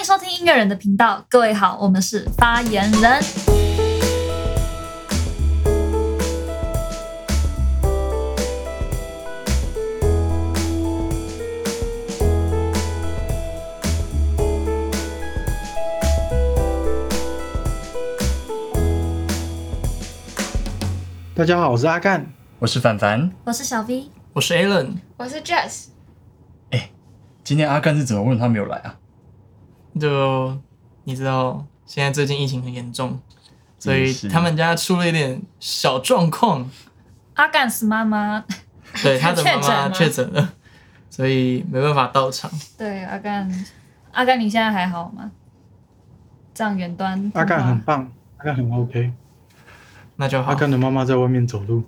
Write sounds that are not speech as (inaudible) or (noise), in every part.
迎收听音乐人的频道。各位好，我们是发言人。大家好，我是阿干。我是凡凡，我是小 V，我是 Alan，我是 Jess，今天阿干是怎么问他没有来啊？就你知道，现在最近疫情很严重，所也以是他们家出了一点小状况，阿干斯妈妈。 (laughs) 对他的妈确诊吗妈确诊了，所以没办法到场。对，阿干，阿干，你现在还好吗？这样远端，阿干很棒，阿干很 OK。那就阿好。干的妈妈在外面走路，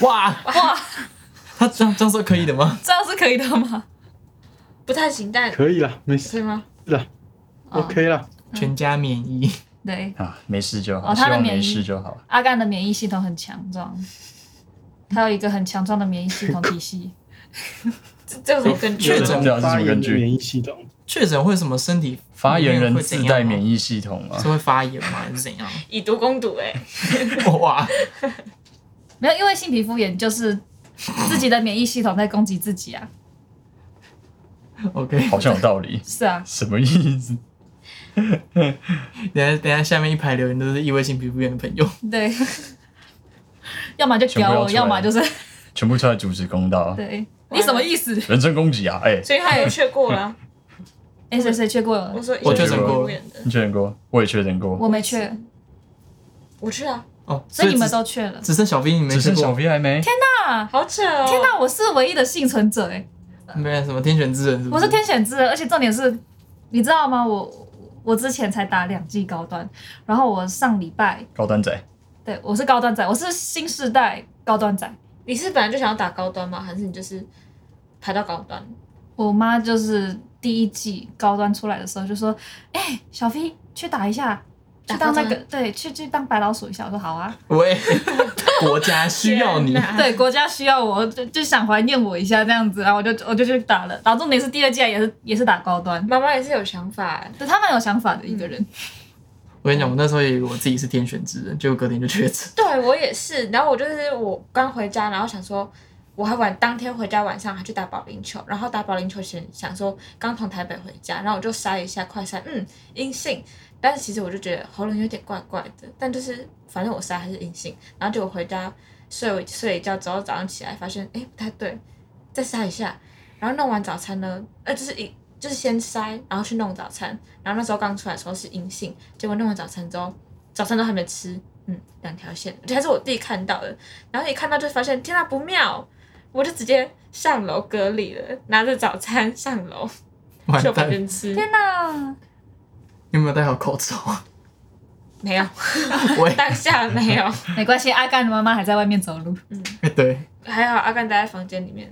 哇哇， (laughs) 他这样这样说可以的吗？这样是可以的吗？不太行，但可以啦，没事是吗？啦哦，OK 啦。全家免疫，对，啊，没事就好，哦希他的望免疫没事就好。阿干的免疫系统很强壮，他有一个很强壮的免疫系统体 (laughs) 系。这这有什么根据确？诊这是什发么炎根的据免疫系统，确诊会什么身体发言人会自怎样哦带吗免疫系统啊是，会发炎吗？还是怎样？以毒攻毒、欸，哎，哇，没有，因为性皮肤炎就是自己的免疫系统在攻击自己啊。，OK，好像有道理 (laughs) 是啊，什么意思？等一下等一下，下面一排留言都是异位性皮肤炎的朋友，对， (laughs) 要么就全部屌要我，出来要么就是全部出来主持公道啊，对。 (laughs) 你什么意思？人身攻击啊！哎、所以他有确 (laughs) 过了。哎，谁谁确过了我？说我确诊过永远的，你确诊过？我也确诊过，我没确，我去啊，哦，所以你们只都确了。只剩小兵你没只吃剩小过， V 还没。天啊！好扯哦！天哪，我是唯一的幸存者哎。没有什么天选之人是不我是天选之人，而且重点是，你知道吗？我我之前才打两剂高端，然后我上礼拜，高端仔，对我是高端仔，我是新时代高端仔。你是本来就想要打高端吗？还是你就是排到高端？我妈就是第一季高端出来的时候就说：“哎、小飞去打一下，去当那打个高对，去去当白老鼠一下。”我说：“好啊， (laughs) 喂，国家需要你天。哪对，国家需要我，就就想怀念我一下这样子。”然后我就我就去打了，打重点是第二季啊也是也是打高端，妈妈也是有想法、欸，对他蛮有想法的一个人。我跟你讲，我那时候也以为我自己是天选之人，结果隔天就确 (laughs) 诊。对我也是。然后我就是我刚回家，然后想说。我还晚当天回家晚上还去打保龄球，然后打保龄球前想说刚从台北回家，然后我就筛一下快筛，嗯，阴性。但是其实我就觉得喉咙有点怪怪的，但就是反正我筛还是阴性。然后结果回家睡睡一觉之后早上起来发现哎不太对，再筛一下。然后弄完早餐呢，呃就是一就是先筛，然后去弄早餐。然后那时候刚出来的时候是阴性，结果弄完早餐之后，早餐都还没吃，嗯，两条线，而且还是我弟看到的。然后一看到就发现天啊不妙，我就直接上楼隔离了，拿着早餐上楼完去我旁蛋，边吃，天哪！你有没有戴好口罩 (laughs) 啊？没有，喂， (laughs) 当下没有，没关系，阿干的妈妈还在外面走路。欸对，还好阿甘待在房间里面。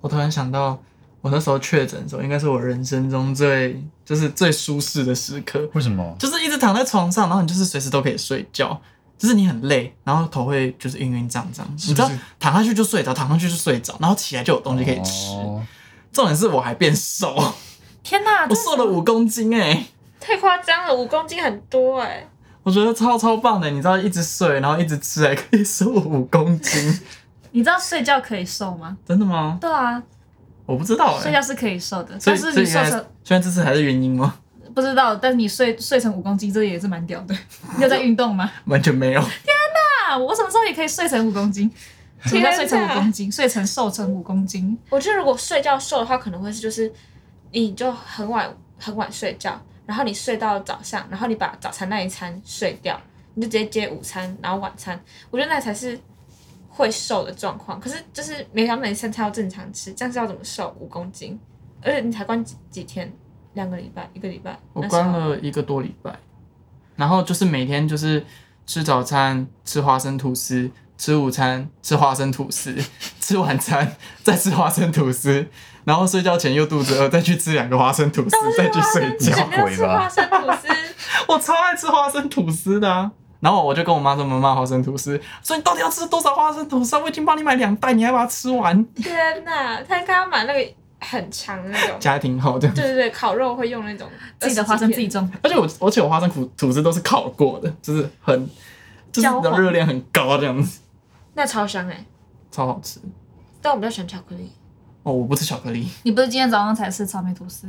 我突然想到，我那时候确诊的时候，应该是我人生中最就是最舒适的时刻，为什么？就是一直躺在床上，然后你就是随时都可以睡觉，就是你很累，然后头会就是晕晕胀胀，你知道躺下去就睡着，躺上去就睡着，然后起来就有东西可以吃。哦重点是我还变瘦， (laughs) 天哪！我真的瘦了五公斤哎、太夸张了，五公斤很多哎、我觉得超超棒的，你知道，一直睡，然后一直吃，还可以瘦五公斤，你知道睡觉可以瘦吗？真的吗？对啊，我不知道哎、睡觉是可以瘦的，所但以是所你以瘦原来成虽然这次还是原因吗？不知道，但是你睡睡成五公斤，这也是蛮屌的。你有在运动吗？完全没有，啊，我什么时候也可以睡成五公斤？什么叫睡成五公斤？睡成瘦成五公斤，我觉得如果睡觉瘦的话，可能会是就是，你就很晚很晚睡觉，然后你睡到早上，然后你把早餐那一餐睡掉，你就直接接午餐，然后晚餐。我觉得那才是会瘦的状况。可是就是每想到每三餐要正常吃，这样是要怎么瘦五公斤？而且你才关几几天？两个礼拜，一个礼拜？我那时候关。了一个多礼拜，然后就是每天就是吃早餐，吃花生吐司，吃午餐，吃花生吐司， (laughs) 吃晚餐再吃花生吐司，然后睡觉前又肚子饿，再去吃两个花生吐司，再去睡你觉。准备要鬼吃吧花生吐司， (laughs) 我超爱吃花生吐司的、啊。然后我就跟我妈说：“妈妈，花生吐司，所以你到底要吃多少花生吐司啊？我已经帮你买两袋，你还把它吃完。，天哪！他刚刚买那个很长那种家庭号这样。对对对，烤肉会用那种自己的花生自己20种，而且我，而且我花生吐吐司都是烤过的，就是很，就是焦黄热量很高这样子，片，那超香哎、超好吃。但我比较喜欢巧克力，哦，我不吃巧克力，你不是今天早上才吃草莓吐司？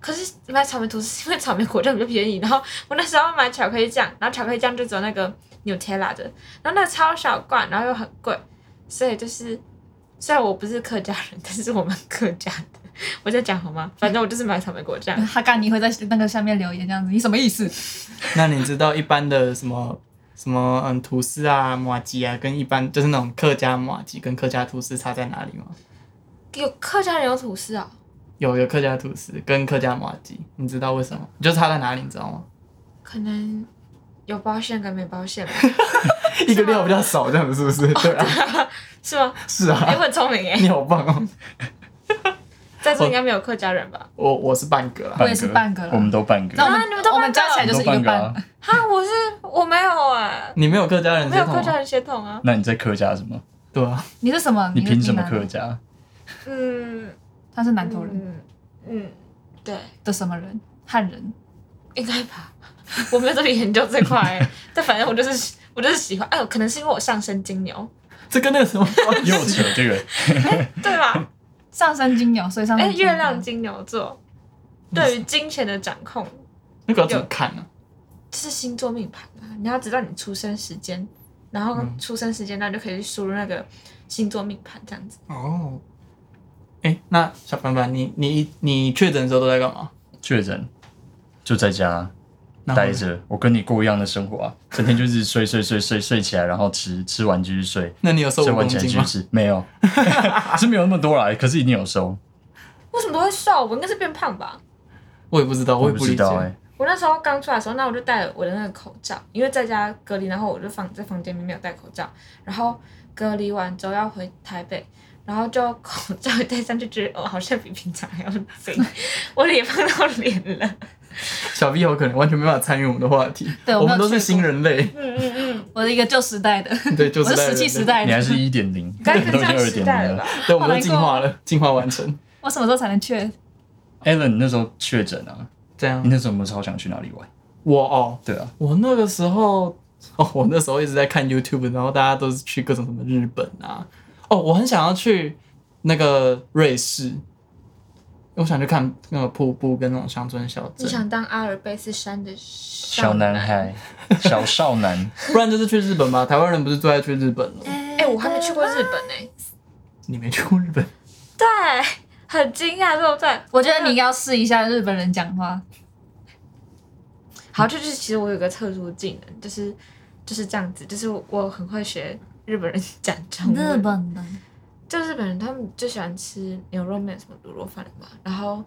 可是买草莓吐司是因为草莓果酱比较便宜，然 (laughs) 后我那时候买巧克力酱，然后巧克力酱就只有那个 Nutella 的，然后那个超小罐，然后又很贵，所以就是虽然我不是客家人，但是我们客家的，我在讲好吗？反正我就是买草莓果酱，哈干你会在那个下面留言这样子，你什么意思？ (laughs) 那你知道一般的什么什么嗯吐司啊、麻吉啊，跟一般就是那种客家麻吉跟客家吐司差在哪里吗？有客家人有吐司哦，有有客家吐司跟客家麻吉，你知道为什么？你就差在哪里，你知道吗？可能有包馅跟没包 (laughs) 馅吧， (laughs) 一个料比较少，这样子是不是？对啊，是吗？是哎、我啊，很聪明哎、你好棒哦！在座应该没有客家人吧？我我是半个啦，啊我也是半个啦我们都半个那，我们、啊你们都我们加起来就是一个都半个半啊。哈，我是我没有哎、你没有客家人血我没有统客家吗？人血统啊。那你在客家什么？对啊，你是什么？你是凭什闽么南客人？家？嗯，他是南头人嗯嗯，对，的什么人？汉人。应该吧。 (laughs) 我没有这么研究这块、 (laughs) 欸，但反正我就是我就是喜欢，哎呦，可能是因为我上升金牛，这跟那个什么关 (laughs) 系又扯这个，对吧？上升金牛，所嗯以上哎、升金牛月亮金牛座对于金钱的掌控，那个要怎么看啊呢、这是星座命盘啊。你要知道你出生时间，然后嗯出生时间，那你就可以去输入那个星座命盘这样子。哦，哎，那小凡凡，你你你确诊的时候都在干嘛？确诊就在家然后待着，我跟你过一样的生活啊，整天就是睡睡睡睡睡起来，然后吃吃完继续睡，那你有瘦睡五公完起来继斤续吗？吃，没有 (laughs) 是没有那么多啦，可是一定有收，为什么都会瘦？我应该是变胖吧？我也不知道，我也不理知解。道哎、我那时候刚出来的时候，那我就戴了我的那个口罩，因为在家隔离，然后我就放在房间里面没有戴口罩，然后隔离完之后要回台北，然后就口罩一戴上去，觉得哦，好像比平常还要紧，我脸碰到脸了。小 V 有可能完全没办法参与我们的话题，对我我们没有都是去过新人类， (laughs) 嗯嗯嗯，我的一个旧时代的，对，就我是是石器时，代欸你还的。是一点零，我该们跟都已 (laughs) 上经二时点啊代零了了吧。？对，我们好都难进过化了，进化完成。我什么时候才能去？ Alan 你那时候确诊啊，这样你，那时候有没有超想去哪里玩？我哦，对啊，我那个时候，哦， (laughs) 我那时候一直在看 YouTube，然后大家都是去各种什么日本啊，哦，我很想要去那个瑞士，我想去看那个瀑布跟那种乡村小你镇，想当阿尔卑斯山的小小男？孩，小少 (laughs) 男，不然就是去日本吧。台湾人不是最爱去日本了？哦哎哎、我还没去过日本呢、你没去过日本？ (laughs) 对，很惊讶，对不对？我觉得你要试一下日本人讲话，好，就是其实我有个特殊技能，就是就是这样子，就是我很会学日本人讲中文。本人就日本人他们就喜欢吃牛肉面什么卤肉饭嘛，然后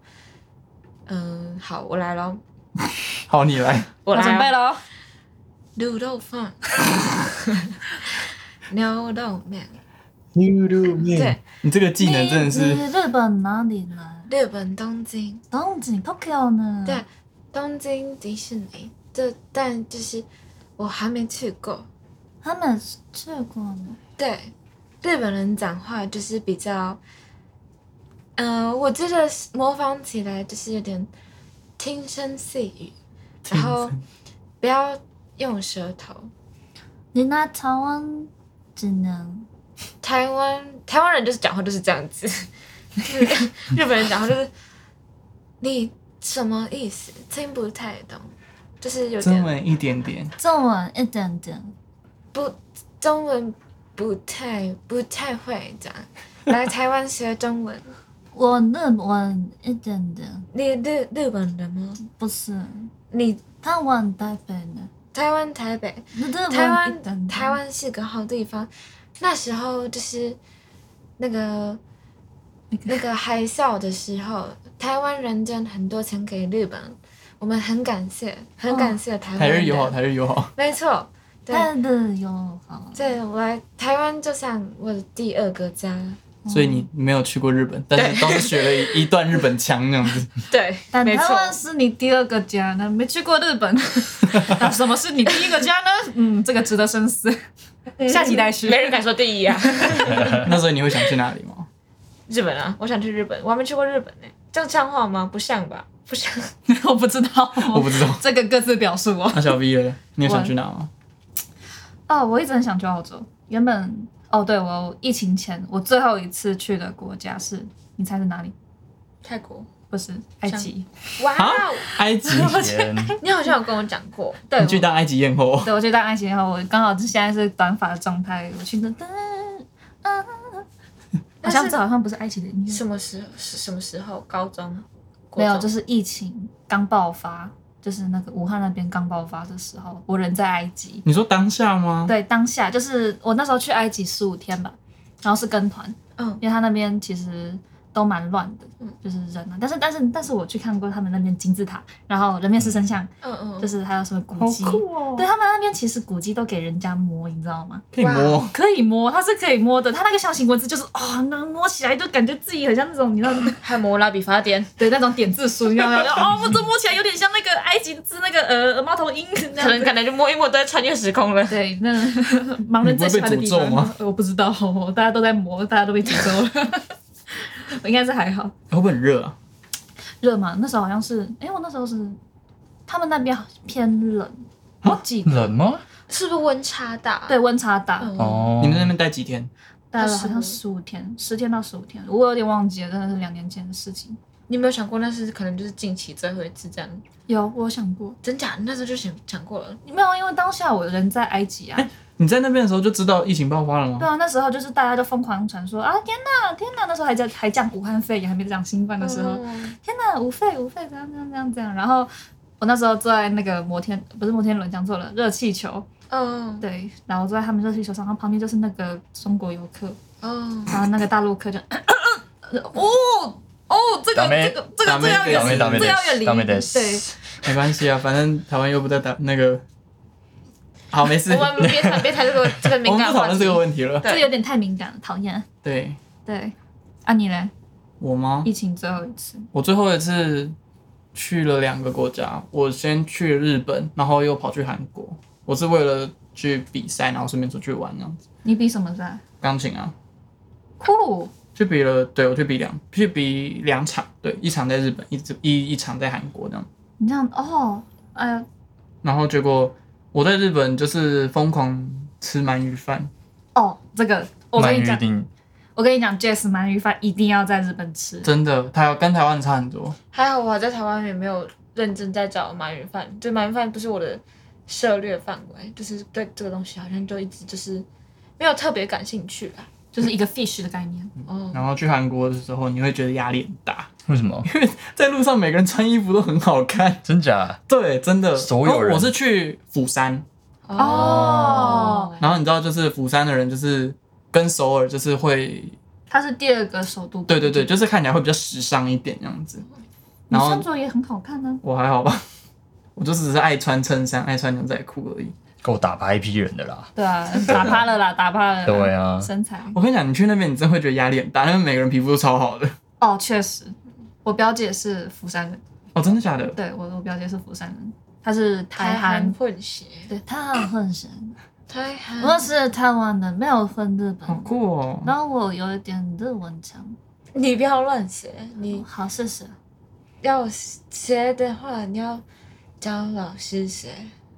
嗯，好，我来喽，好，你来，我我准备来咯哦喽。卤 (laughs) 肉饭，牛肉面，牛肉面嗯对，，你这个技能真的是日本哪里来？日本东京，东京 Tokyo 呢对东京迪士尼，这但就是我还没去过，他们去过呢。对，日本人讲话就是比较，嗯、我记得模仿起来就是有点轻声细语，然后不要用舌头。你来台湾只能台湾台湾人就是讲话就是这样 (laughs) 子，日日本人讲话就是你什么意思听不太懂，就是有中点文一点点，中文一点点。不中文不太不太会讲，来台湾学中文，我日文一点点，你日日本人吗？不是你台湾台北的，台湾台北，日文台一点湾点台湾是个好地方，那时候就是那个那个海啸的时候，台湾人捐很多钱给日本，我们很感谢，很感谢台湾台人。日友好，台日友好，没错，对，台的友好。对我来台湾就像我的第二个家。嗯所以你没有去过日本，但是倒是学了一一段日本腔那样 (laughs) 子。对，但台湾是你第二个家呢，没去过日本，那什么是你第一个家呢？嗯，这个值得深思。下期待续。 (laughs) 没人敢说第一啊。那时候你会想去哪里吗？日本啊，我想去日本，我还没去过日本呢、这样像话吗？不像吧，不像。我不知道，我不知道。这个各自表述哦。那小 V 嘞，你有想去哪吗？哦，我一直很想去澳洲。原本哦，对我疫情前我最后一次去的国家是，你猜是哪里？泰国，不是埃及。哇啊哦，埃 (laughs) 及，天，你好像有跟我讲过，对，你去当埃及艳后 (laughs) 我。 (laughs) 对我去到埃及以后，我刚好是现在是短发的状态，我去那 (laughs) 噔啊，好像这好像不是埃及的音乐，什么时是什么时候？高中？国没有，中就是疫情刚爆发，就是那个武汉那边刚爆发的时候，我人在埃及。你说当下吗？对，当下就是我那时候去埃及十五天吧，然后是跟团，嗯因为他那边其实都蛮乱的嗯，就是人啊。但是但是但是我去看过他们那边金字塔，然后人面狮身像，嗯嗯，就是还有什么古迹。哦对，他们那边其实古迹都给人家摸，你知道吗？可以摸。啊可以摸，它是可以摸的。它那个象形文字就是啊、能摸起来就感觉自己很像那种，你知道吗？还有摩拉比法典，对，那种点字书，你知道 (laughs) 吗？哦，我这摸起来有点像那个埃及字那个呃猫头鹰，可可能可能就摸一摸都在穿越时空了。对， (laughs) 那盲人最喜欢的地你不会被诅咒方吗？我不知道，大家都在磨，大家都被诅咒了。 (laughs) 我应该是还好，会不会很热啊？热嘛，那时候好像是，哎、我那时候是他们那边偏冷，我记得冷吗？是不是温差大？对，温差大，嗯，哦，你们在那边待几天？待了好像十五天，十天到十五天，我有点忘记了，真的是两年前的事情。你有没有想过那是可能就是近期最后一次这样？有，我有想过，真假？那时候就想想过了。没有，因为当下我人在埃及啊，你在那边的时候就知道疫情爆发了对吗？啊，那时候就是大家都疯狂传说啊，天哪，天哪，那时候还在还降武汉肺炎，还没讲新冠的时候，嗯天哪，五费五费，怎样怎样怎样怎样。然后我那时候坐在那个摩天，不是摩天轮，讲错了，热气球。嗯对，然后我坐在他们热气球上，然后旁边就是那个中国游客，嗯，然后那个大陆客就，哦哦，这ダ个メ这个这个这要ダ远メ离，ダメ这要远です。ダメ离，です。对。没关系啊，反正台湾又不在打那个。好，没事。 (laughs) 我们别谈别谈这个这个我敏们感不讨话论题。这个问题了。对这有点太敏感了，讨厌。对，对，啊你嘞？我吗？疫情最后一次，我最后一次去了两个国家，我先去日本，然后又跑去韩国。我是为了去比赛，然后顺便出去玩那样子。你比什么赛？钢琴啊，酷，去比了，对我去比两，去比两场，对，一场在日本，一一一场在韩国这样。你这样哦，呃，然后结果我在日本就是疯狂吃鳗鱼饭，哦，这个我鳗跟你鱼讲，丁，我跟你讲，Jazz 鳗鱼饭一定要在日本吃。真的，台跟台湾差很多。还好我在台湾也没有认真在找鳗鱼饭，就鳗鱼饭不是我的涉略范围，就是对这个东西好像就一直就是没有特别感兴趣吧。就是一个 fish 的概念。哦，然后去韩国的时候，你会觉得压力很大，为什么？在路上每个人穿衣服都很好看。真假？对，真的。所有人我是去釜山，哦，然后你知道，就是釜山的人就是跟首尔就是会，它是第二个首都。对对对，，就是看起来会比较时尚一点这样子。你然后穿着也很好看啊呢、我还好吧， (laughs) 我就只是爱穿衬衫、爱穿牛仔裤而已。够打趴一批人的啦。对啊，打趴了啦，打趴了啦。对啊身材我跟你讲，你去那边你真会觉得压力很大，因为每个人皮肤都超好的。 (laughs) 哦，确实，我表姐是釜山人，哦，真的假的？对我我表姐是釜山人，她是台台韩韩，混血，对，台韩混血，台韩我是台湾的，没有混日好本。酷哦！然后我有一点日文腔，你不要乱写，你好谢谢。要学的话，你要找老师学，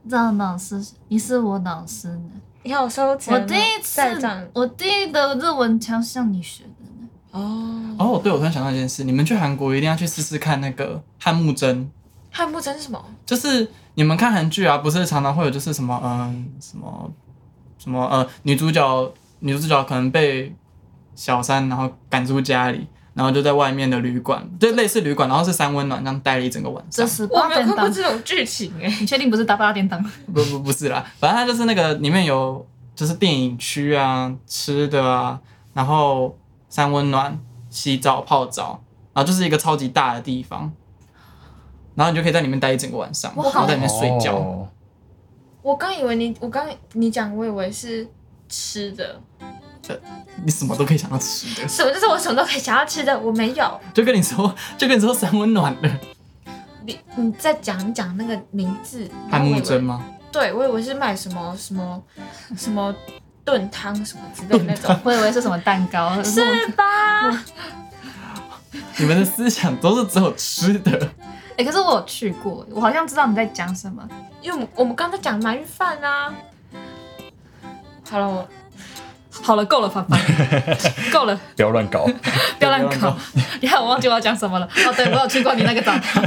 张老师，你是我老师呢。要收钱我哦。第一次再长，我第一的日文腔向你学的呢。哦，哦，对，我突然想到一件事，你们去韩国一定要去试试看那个汉木针，汉木真是什么？就是你们看韩剧啊，不是常常会有就是什么嗯、什么什么呃女主角女主角可能被小三然后赶出家里，然后就在外面的旅馆，就类似旅馆，然后是三温暖这样待了一整个晚这上。是我八没有点看过档，这种剧情哎、 (laughs) 你确定不是打八点档？不不不是啦，反正它就是那个里面有就是电影区啊、吃的啊，然后三温暖、洗澡、泡澡，然后就是一个超级大的地方，然后你就可以在里面待一整个晚上，哇然后在里面睡觉。哦我刚以为你，我刚你讲，我以为是吃的，你什么都可以想到吃的，什么就是我什么都可以想要吃的，我没有。就跟你说，就跟你说三温暖 (laughs) 的你你再讲一讲那个名字，韩木真真吗？ (laughs) 对，我以为是卖什么什么什么炖汤什么之类的那种，我以为是什么蛋 (laughs) 糕，是吧？你们的思想都是只有吃的，哎、可是我有去过，我好像知道你在讲什么。因为我们我们刚才讲鳗鱼饭啊。好了，我好了，够了，凡凡，够了，不要乱 (laughs) 搞。不要乱搞。 (laughs) 你看，我忘记我要讲什么了。哦，对，我有去过你那 (laughs) 个澡堂，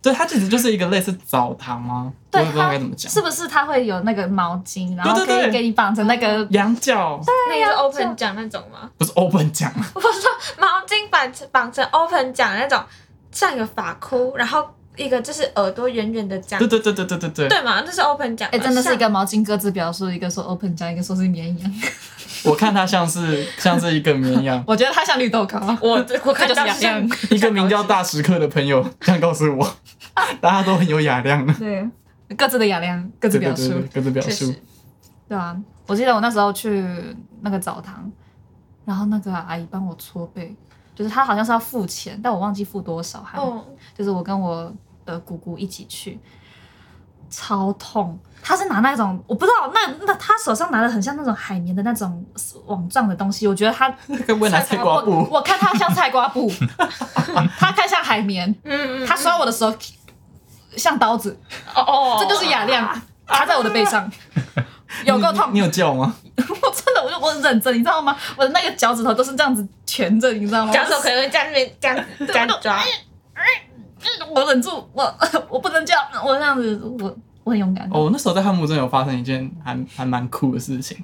对，它其实就是一个类似澡堂吗？我对也不知道它该怎么讲。是不是它会有那个毛巾，然后对可对以对给你绑成那个？羊角那个是 open 讲那种吗？不是 open 讲，啊 (laughs) 我说毛巾绑成绑成 open 讲那种，像一个发箍，然后一个就是耳朵圆圆的讲对，对对对对对对，对嘛？这是 open 讲嘛，哎、真的是一像个毛巾各自表述，一个说 open 加，一个说是绵羊。，我看它像是 (laughs) 像是一个绵羊 (laughs) 我觉得它像绿豆糕，我呃我它看就到是羊像羊。一个名叫大食客的朋友这样告诉我，啊大家都很有雅量的，对，各自的雅量，各 (laughs) 自对对表对述。对，各自表确述实，，对啊，我记得我那时候去那个澡堂，然后那个阿姨帮我搓背，就是她好像是要付钱，但我忘记付多少，还、嗯，就是我跟我的姑姑一起去，超痛。她是拿那种我不知道，那那她手上拿的很像那种海绵的那种网状的东西，我觉得她那个未来菜瓜 (laughs) 我布，我看她像菜瓜布， (laughs) 她看像海绵，嗯嗯，她刷我的手像刀子，哦哦，这就是雅量，插在我的背上，有够痛你。有叫吗？我真的，我就我很认真，你知道吗？我的那个脚趾头都是这样子蜷着，你知道吗？讲手可能会这样面这样这样抓，我忍住，我 (laughs) 我不能这样，我这样子，我我很勇敢。哦，那时候在汉姆镇有发生一件还还蛮酷的事情。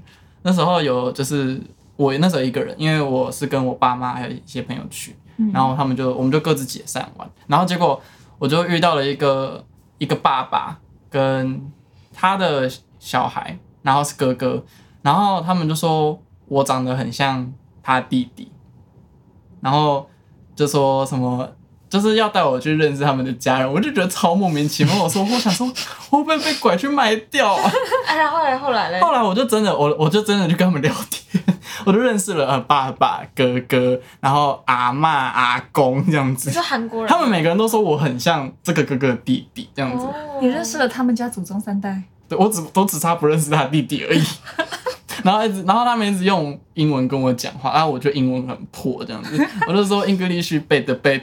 那时候有就是我那时候一个人，因为我是跟我爸妈还有一些朋友去，然后他们就我们就各自解散玩，然后结果我就遇到了一个一个爸爸跟他的小孩，然后是哥哥，然后他们就说我长得很像他弟弟，然后就说什么。就是要带我去认识他们的家人，我就觉得超莫名其妙。我说，我想说，我会不会被拐去卖掉啊？哎，然后后来后来嘞，后来我就真的，我我就真的去跟他们聊天，我就认识了呃爸爸、哥哥，然后阿嬷、阿公这样你子说。韩国人，他们每个人都说我很像这个哥哥的弟弟这样子，哦你认识了他们家祖宗三代，对我只都只差不认识他弟弟而已。 (laughs) 然后一直，然后他们一直用英文跟我讲话，然后我就英文很破这样子，我就说 English bad bad，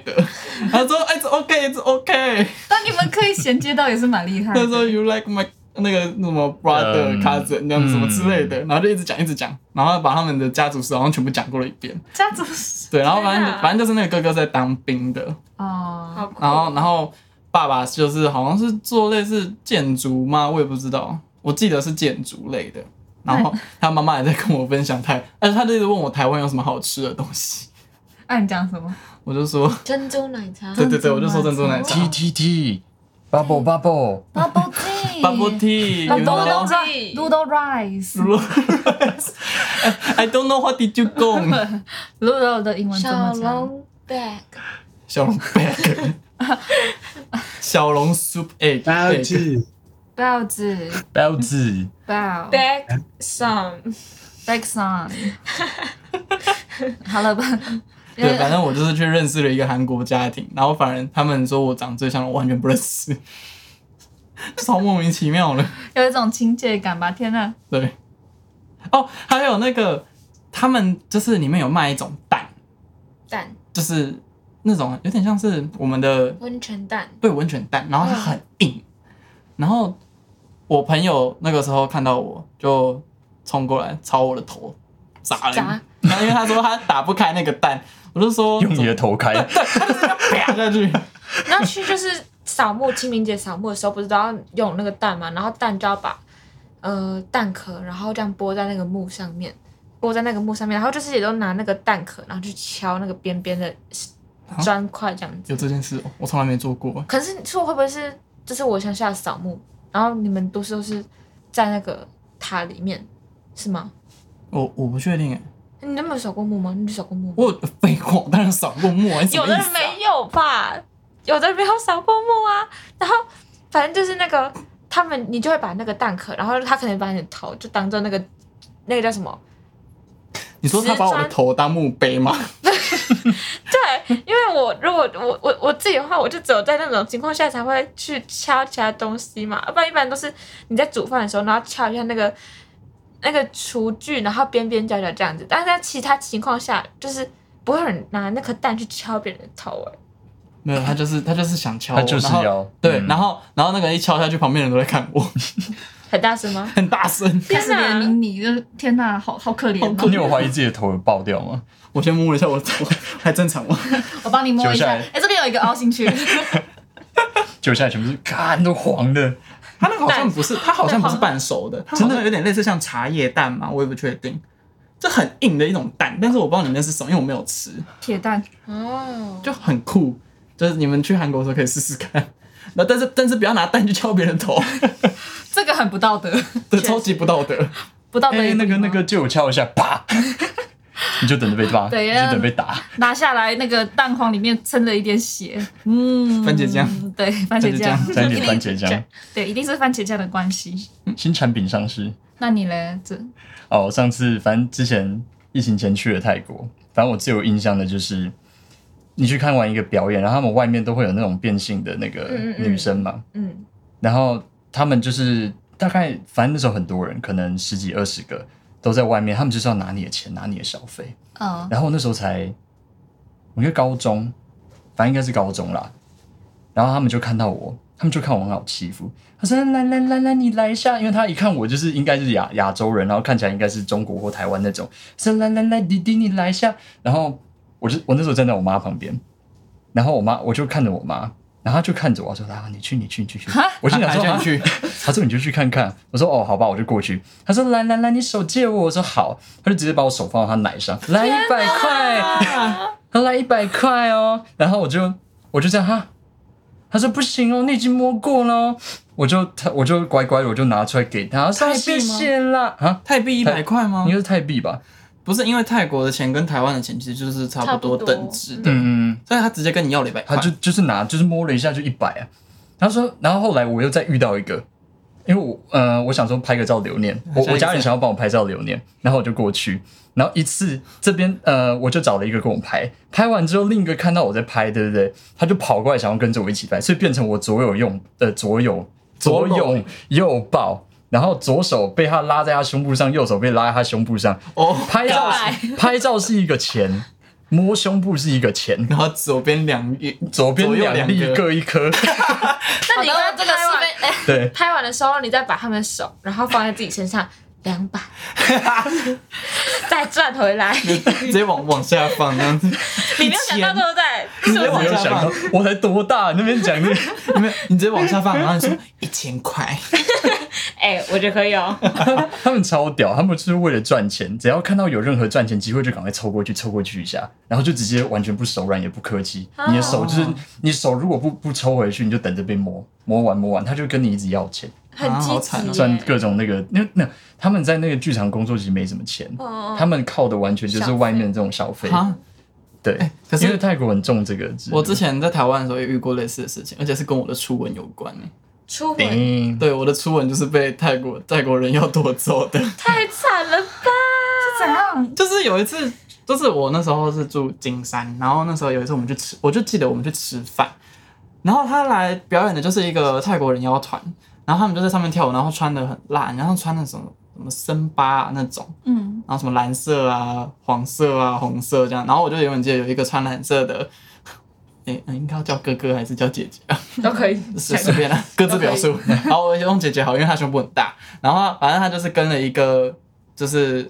他说哎 It's OK It's OK，但你们可以衔接到也是蛮厉害的他。说 You like my 那个什么 brother、嗯 cousin 这样子什么之类的，然后就一直讲一直讲，然后把他们的家族史好像全部讲过了一遍。家族史对，然后反天正哪反正就是那个哥哥在当兵的，哦，好酷，然后然后爸爸就是好像是做类似建筑吗？我也不知道，我记得是建筑类的。然后他妈妈也在跟我分享台，而且他就一直问我台湾有什么好吃的东西，那、哎你讲什么？我就说珍珠奶茶，对对对，我就说珍珠奶茶 T T T bubble bubble， Bubble tea， ，bubble tea，you 呃 know。 ，noodle noodle rice， (laughs) 哎 I don't know what did you go， noodle 的英文怎小么讲？笼 bag，小笼 bag，小笼 soup egg，大家 bag 记包子包子，包 bag some， bake song。好了吧？对，反正我就是去认识了一个韩国家庭，然后反而他们说我长最像的，我完全不认识，超莫名其妙的。有一种亲切感吧？天哪！对，哦，还有那个他们就是里面有卖一种蛋，蛋，就是那种有点像是我们的温泉蛋，对温泉蛋，然后它嗯很硬，然后我朋友那个时候看到我就冲过来朝我的头砸了一，砸然后因为他说他打不开那个蛋，我就说用你的头开，啪下去。然后去就是扫墓，清明节扫墓的时候不是都要用那个蛋嘛，然后蛋就要把呃蛋壳，然后这样拨在那个木上面。拨在那个木上面，然后就是也都拿那个蛋壳，然后去敲那个边边的哦砖块这样子。有这件事，我从来没做过。可是你说会不会是，就是我乡下扫墓，然后你们都是都是在那个塔里面，是吗？我我不确定哎，你们有扫过墓吗？你去扫过墓吗？我有废话，我当然扫过墓啊，你什有么的意人思啊没有吧，有的人没有扫过墓啊。然后反正就是那个他们，你就会把那个蛋壳，然后他可能把你的头就当做那个那个叫什么？你说他把我的头当墓碑吗？对，因为我如果我我我自己的话，我就只有在那种情况下才会去敲其他东西嘛，要不然一般都是你在煮饭的时候，然后敲一下那个那个厨具，然后边边角角这样子。但是在其他情况下，就是不会有人拿那颗蛋去敲别人的头、欸，没有，他就是他就是想敲我，他就是然后要对，嗯然后然后那个一敲下去，旁边人都在看我，很大声吗？很大声。开始怜悯你，就是天哪，好好可怜、好啊哦可你。有怀疑自己的头有爆掉吗？我先摸了一下我的头，还正常吗？我帮你摸一下，揪下来哎、这边有一个凹进去， (laughs) 就现在全部是，看都黄的，他那个好像不是，他好像不是半熟的，它好像有点类似像茶叶蛋嘛，我也不确定。这很硬的一种蛋，但是我不知道里面是什么，因为我没有吃，铁蛋。哦，就很酷。就是你们去韩国的时候可以试试看。 (laughs) 那但是但是不要拿蛋去敲别人 (laughs) 头，这个很不道德，对，超级不道德。不道德、哎，那个那个，就有敲一下，啪， (laughs) 你就等着被骂，对你就等着被打。拿下来那个蛋黄里面蹭了一点血，嗯，番茄酱，对，嗯番茄酱番，加一点一番定茄酱，对，一定是番茄酱的关系。新产品上市。那你嘞？这哦，上次反正之前疫情前去了泰国，反正我最有印象的就是，你去看完一个表演，然后他们外面都会有那种变性的那个嗯嗯嗯女生嘛，嗯，然后他们就是大概反正那时候很多人，可能十几二十个都在外面，他们就是要拿你的钱，拿你的小费。嗯，然后那时候才，我觉得高中，反正应该是高中啦。然后他们就看到我，他们就看我很好欺负。他说：“来来来来，你来一下。”因为他一看我就是应该是亚亚洲人，然后看起来应该是中国或台湾那种。说：“来来来，弟弟你来一下。”然后我就我那时候站在我妈旁边，然后我妈我就看着我妈，然后她就看着我说：“啊，你去你去你去去。”我就想说：“还啊想去， (laughs) 他说你就去看看，我说哦好吧，我就过去。他说来来来，你手借我，我说好，他就直接把我手放到他奶上，来一百块，他说来一百块哦，然后我就我就这样哈，他说不行哦，你已经摸过了哦，我就他我就乖乖的我就拿出来给他，他说哎泰币谢吗谢啦啊，泰币一百块吗应？该是泰币吧，不是，因为泰国的钱跟台湾的钱其实就是差不多等值的，嗯嗯，所以他直接跟你要了一百块。他就就是拿就是摸了一下就一百啊，他说，然后后来我又再遇到一个。因为我呃，我想说拍个照留念，我我家人想要帮我拍照留念，然后我就过去，然后一次这边呃，我就找了一个跟我拍，拍完之后另一个看到我在拍，对不对？他就跑过来想要跟着我一起拍，所以变成我左右用呃左右左左搂右右抱，然后左手被他拉在他胸部上，右手被拉在他胸部上。哦，拍照干拍照是一个钱，摸胸部是一个钱， (laughs) 然后左边两一左边左右两两粒个各一颗，那你好的刚这这个个是是被被哎。 (laughs) 对。拍完的时候，你再把他们的手，然后放在自己身上，两把，再转回来。你直接往往下放这样子。没有想到对不对？你直接我往没有下想放到，，我才多大，那边讲那个，你没有，你直接往下放，然后你说 (laughs) 一千块，哎、我觉得可以哦。 (laughs) 他们超屌，他们就是为了赚钱，只要看到有任何赚钱机会，就赶快凑过去，凑过去一下，然后就直接完全不手软，也不客气。啊你的手就是，你手如果不不抽回去，你就等着被摸，摸完摸完，他就跟你一直要钱，很积好极惨哦耶、赚各种那个，那那他们在那个剧场工作其实没什么钱，哦他们靠的完全就是外面这种小费，啊！对。哎可因为是泰国很重这个制度，我之前在台湾的时候也遇过类似的事情，而且是跟我的初吻有关、欸。出轨顶对，我的初吻就是被泰国泰国人要夺走的。 (laughs) 太惨了吧？怎样？就是有一次，就是我那时候是住金山，然后那时候有一次我们去吃，我就记得我们去吃饭，然后他来表演的就是一个泰国人妖团，然后他们就在上面跳舞，然后穿的很烂，然后穿的什么什么森巴、啊、那种，嗯，然后什么蓝色啊、黄色啊、红色这样，然后我就永远记得有一个穿蓝色的。诶、嗯应该要叫哥哥还是叫姐姐啊？ (laughs) 都可以，随随便啦、各自表述。然后我就用姐 (laughs) 姐好，因为她胸部很大。然后反正她就是跟了一个就是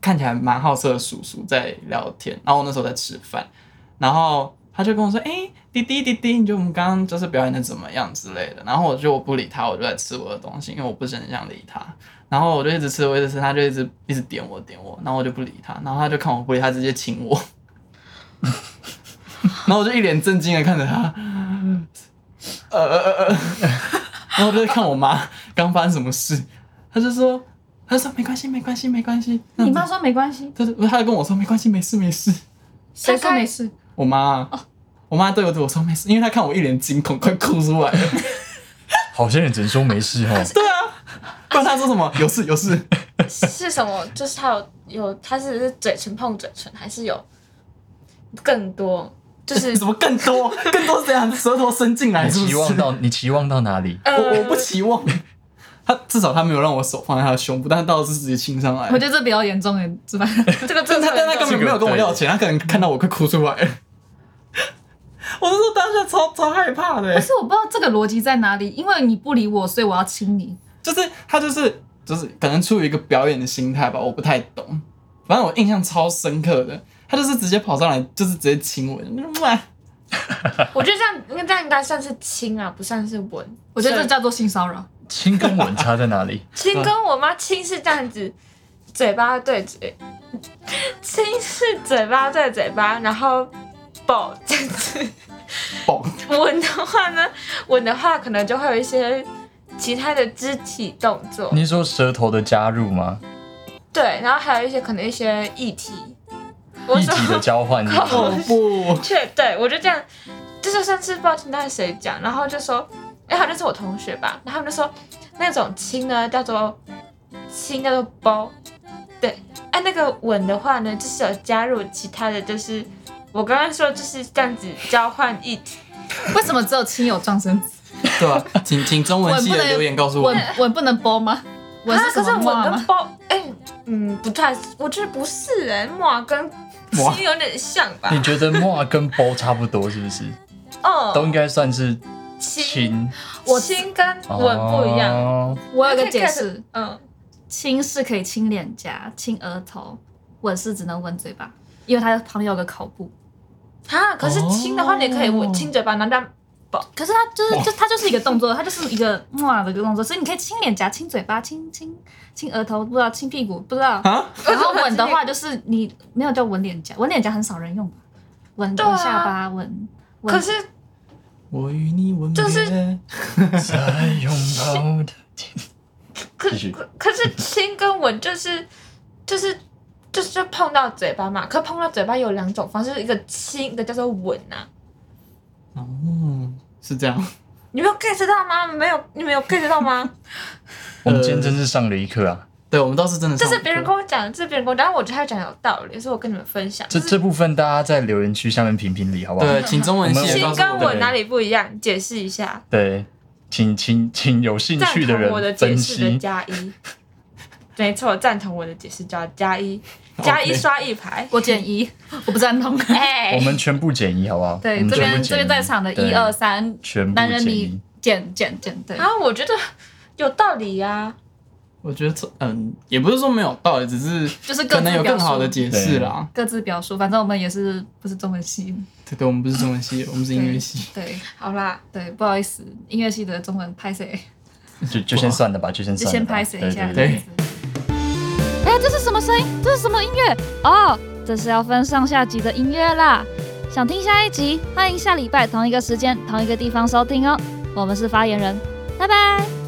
看起来蛮好色的叔叔在聊天。然后我那时候在吃饭，然后他就跟我说：“哎、弟弟弟弟，你觉得我们刚刚就是表演的怎么样之类的？”然后我就我不理他，我就在吃我的东西，因为我不是很想理他。然后我就一直吃，我一直吃，他就一直一直点我点我，然后我就不理他，然后他就看我不理他，直接亲我。 (laughs) 然后我就一脸震惊的看着他， (laughs) 呃呃呃呃，然后我就在看我妈刚发生什么事，她就说，她就说没关系没关系没关系，你妈说没关系，她就她就跟我说没关系没事没事，谁说开没事？我妈啊我妈对我对我说没事，因为她看我一脸惊恐，快哭出 (laughs) 来了。好像也只能说没事哦。对啊，不然她说什么有事有事，是什么？就是他有有，他是是嘴唇碰嘴唇，还是有更多？ (laughs) 就是怎么更多更多是这样舌头伸进来你是不 (laughs) 期望是？到你期望到哪里？呃我我不期望。 (laughs) 他至少他没有让我手放在他的胸部，但他倒是直接亲上来。我觉得这比较严重哎，这吧？这个但真他但他根本没有跟我要钱，他可能看到我快哭出来 (laughs) 了。我那时候当下超超害怕的 (laughs) 欸可，是我不知道这个逻辑在哪里，因为你不理我，所以我要亲你。就是他就是就是可能出于一个表演的心态吧，我不太懂。反正我印象超深刻的，他就是直接跑上来，就是直接亲我，哇！我觉得这样，应该这样应该算是亲啊，不算是吻。我觉得这所以叫做性骚扰。亲跟吻差在哪里？亲跟我妈亲是这样子，嘴巴对嘴，亲是嘴巴对嘴巴，然后抱这样子。 (laughs) 抱 (laughs) 吻的话呢，吻的话可能就会有一些其他的肢体动作，你是说舌头的加入吗？对，然后还有一些可能一些议题。我一说体的 (laughs) 交换是吗？哦不，确对我就这样，就是上次不知道听到谁讲，然后就说，哎，好像是我同学吧，然后他们就说那种亲呢叫做亲叫做包，对，哎、那个吻的话呢，就是有加入其他的，就是我刚刚说就是这样子交换一体，为什么只有亲有撞生词？对吧、请请中文系吻的不能留言告诉我吻。吻不能包吗？吻啊是什可是么吻话跟吗？包，哎、嗯，不太，我觉得不是哎、哇跟哇亲有点像吧，你觉得莫跟包差不多是不是？哦，都应该算是亲亲，我亲跟吻不一样，哦我有个解释，嗯，亲是可以亲脸颊、亲额头，吻是只能吻嘴巴，因为它旁边有个口部。啊，可是亲的话，你也可以哦吻亲嘴巴，然后这样可是它就是就它就是一个动作，它就是一个哇的一个动作，所以你可以亲脸颊、亲嘴巴、亲亲亲额头，不知道亲屁股，不知道。啊，然后吻的话就是你没有叫吻脸颊，吻脸颊很少人用吧？吻对啊吻下巴，吻吻可是我与你吻别，就是在拥抱的天可继续可可是亲跟吻就是就是就是就碰到嘴巴嘛，可碰到嘴巴有两种方式，一个亲，一个叫做吻啊。哦，是这样。 (laughs) 你没有 get 到吗？没有，你没有 get (laughs) 到吗？我们今天真是上了一课啊！对，我们倒是真的这上是过别人跟我讲的，这是别人跟我讲，但我觉得他讲的有道理，所以我跟你们分享。这就是这部分大家在留言区下面评评理，好不好？对，请中文系的告亲诉跟我吻们。哪里不一样？解释一下，对，请请请有兴赞趣的同我的人解分释的析。加一。 (laughs) 没错，赞同我的解释叫加一，加一 OK 刷一排。我减一， (laughs) 我不赞同。 (laughs) 哎，我们全部减一，好不好？我对，们这全边部这减边在场的一对二三，全部男人减你一。减减减，对，啊，我觉得有道理啊呀、我觉得这嗯，也不是说没有道理，只是就是各可自能有表更述好的解释啦。各自表述，反正我们也是不是中文系，对对，我们不是中文系，我们是音乐系。对好啦，对，不好意思，音乐系的中文拍谁就就先算了吧，就先就算先了吧拍谁一下。这对对样对子哎，这是什么声音？这是什么音乐？哦，这是要分上下集的音乐啦。想听下一集，欢迎下礼拜同一个时间、同一个地方收听哦。我们是发言人，拜拜。